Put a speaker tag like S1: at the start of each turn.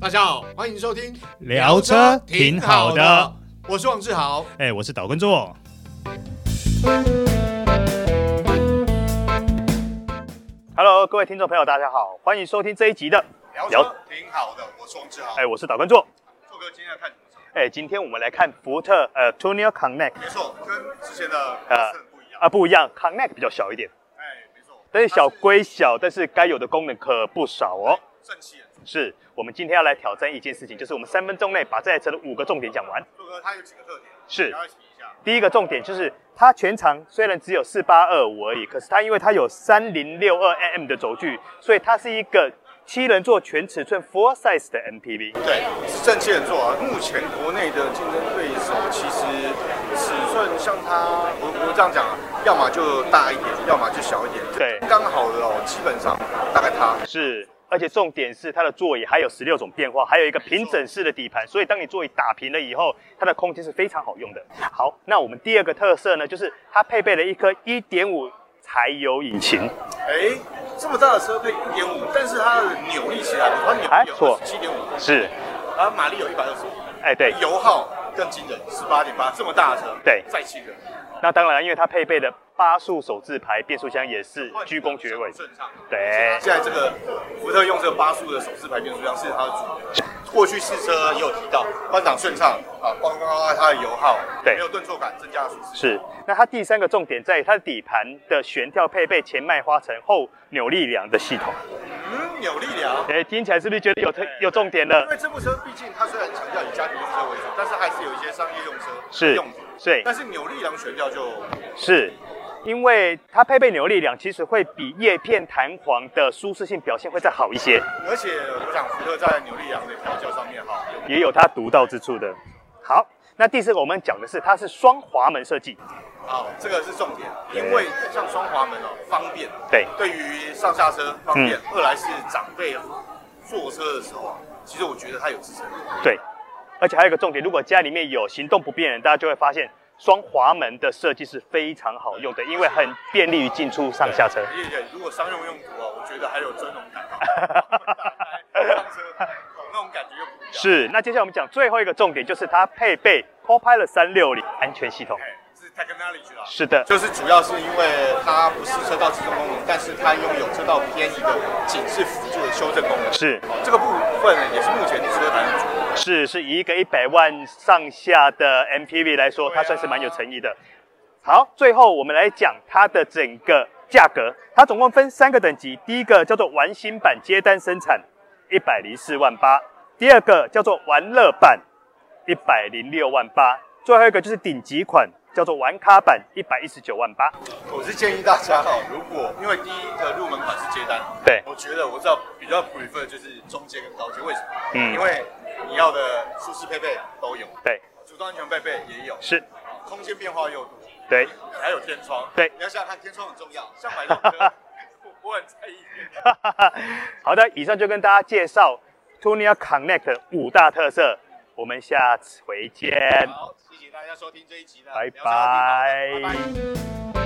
S1: 大家好，欢迎收听
S2: 聊车挺好的，，
S1: 我是王志豪。
S2: 哎、我是岛根座。Hello，各位听众朋友，大家好，欢迎收听这一集的，
S1: 聊
S2: 车
S1: 挺好的，我是王志豪
S2: 哎、我是岛根座。
S1: 硕哥今天要看什么车？
S2: 哎、今天我们来看福特呃 t u n i o Connect
S1: 没错，跟之前的
S2: 呃
S1: 很不一样。
S2: 啊，不一样，Connect 比较小一点，
S1: 哎，没错，
S2: 但是小归小，但是该有的功能可不少哦。
S1: 正气人。
S2: 是我们今天要来挑战一件事情，就是我们三分钟内把这台车的五个重点讲完。
S1: 硕哥他有几个特点，
S2: 是
S1: 你要提一下。
S2: 第一个重点就是它全长虽然只有四八二五而已，可是它因为它有三零六二 mm 的轴距，所以它是一个七人座全尺寸 full size 的 MPV。
S1: 对，是正气人做啊。目前国内的竞争对手其实尺寸像它，我我这样讲啊，要么就大一点，要么就小一点。
S2: 对
S1: 刚好的哦，基本上大概它。
S2: 是，而且重点是它的座椅还有十六种变化，还有一个平整式的底盘，所以当你座椅打平了以后，它的空间是非常好用的。好，那我们第二个特色呢，就是它配备了一颗一点五柴油引擎。
S1: 哎，这么大的车配一点五，但是它的扭力起来，它扭
S2: 哎
S1: 力有
S2: 错
S1: 七点五，
S2: 是，
S1: 而马力有一百二十五。
S2: 哎对，
S1: 油耗更惊人，十八点八，这么大的车，
S2: 对
S1: 再惊人，
S2: 那当然，因为它配备的八速手自排变速箱也是鞠躬绝尾。
S1: 顺畅。
S2: 对
S1: 现在这个福特用这个八速的手自排变速箱是它的主流。过去试车也有提到，换挡顺畅啊，包括它的油耗，
S2: 对
S1: 没有顿挫感，增加了舒适。
S2: 是，那它第三个重点在于它的底盘的悬吊配备前麦花臣后扭力梁的系统。
S1: 嗯，扭力梁。
S2: 哎，听起来是不是觉得有特有重点了
S1: 因？为这部车毕竟它虽然强调以家庭用车为主，但是还是有一些商业用车
S2: 是
S1: 用途。
S2: 对，
S1: 但是扭力梁悬吊就是
S2: 因为它配备扭力梁，其实会比叶片弹簧的舒适性表现会再好一些，
S1: 而且我想福特在扭力梁的调教上面哈，
S2: 也有它独到之处的。好，那第四个我们讲的是它是双滑门设计，
S1: 好，这个是重点，因为像双滑门哦，方便。
S2: 对嗯
S1: 对于上下车方便，二来是长辈坐车的时候啊，其实我觉得它有支撑力。
S2: 对，而且还有一个重点，如果家里面有行动不便的人，大家就会发现双滑门的设计是非常好用的，因为很便利于进出上下车。
S1: 而且哎如果商用用途啊，我觉得还有尊荣 感。上车那种感觉又不一样。，
S2: 是，那接下来我们讲最后一个重点，就是它配备 Copilot 三六零安全系统。
S1: 哎，是 technology 啦。
S2: 是的，
S1: 就是主要是因为它不是车道集中功能，但是它拥有车道偏移的警示辅助的修正功能。
S2: 是
S1: 哦这个部分呢也是目前车坛的主流。
S2: 是是，以一个一百万上下的 MPV 来说，
S1: 对啊
S2: 它算是蛮有诚意的。好，最后我们来讲它的整个价格，它总共分三个等级，第一个叫做完新版接单生产，一百零四万八；第二个叫做玩乐版，一百零六万八；最后一个就是顶级款，叫做玩咖版，一百一十九万八。
S1: 我是建议大家哈，如果因为第一个入门款是接单，
S2: 对
S1: 我觉得我知道比较 prefer 就是中阶跟高阶，为什么？
S2: 嗯
S1: 因为你要的舒适配备都有，
S2: 对，
S1: 主动安全配备也有，
S2: 是，
S1: 空间变化又多，
S2: 对。
S1: 还有天窗，
S2: 对
S1: 你要想想看，天窗很重要，像买这种车， 我我很在意。
S2: 好的，以上就跟大家介绍 Tunia Connect 五大特色，我们下次回见，
S1: 好，谢谢大家收听这一集的，
S2: 拜
S1: 聊车好地方
S2: 拜
S1: 拜拜。
S3: Thank you.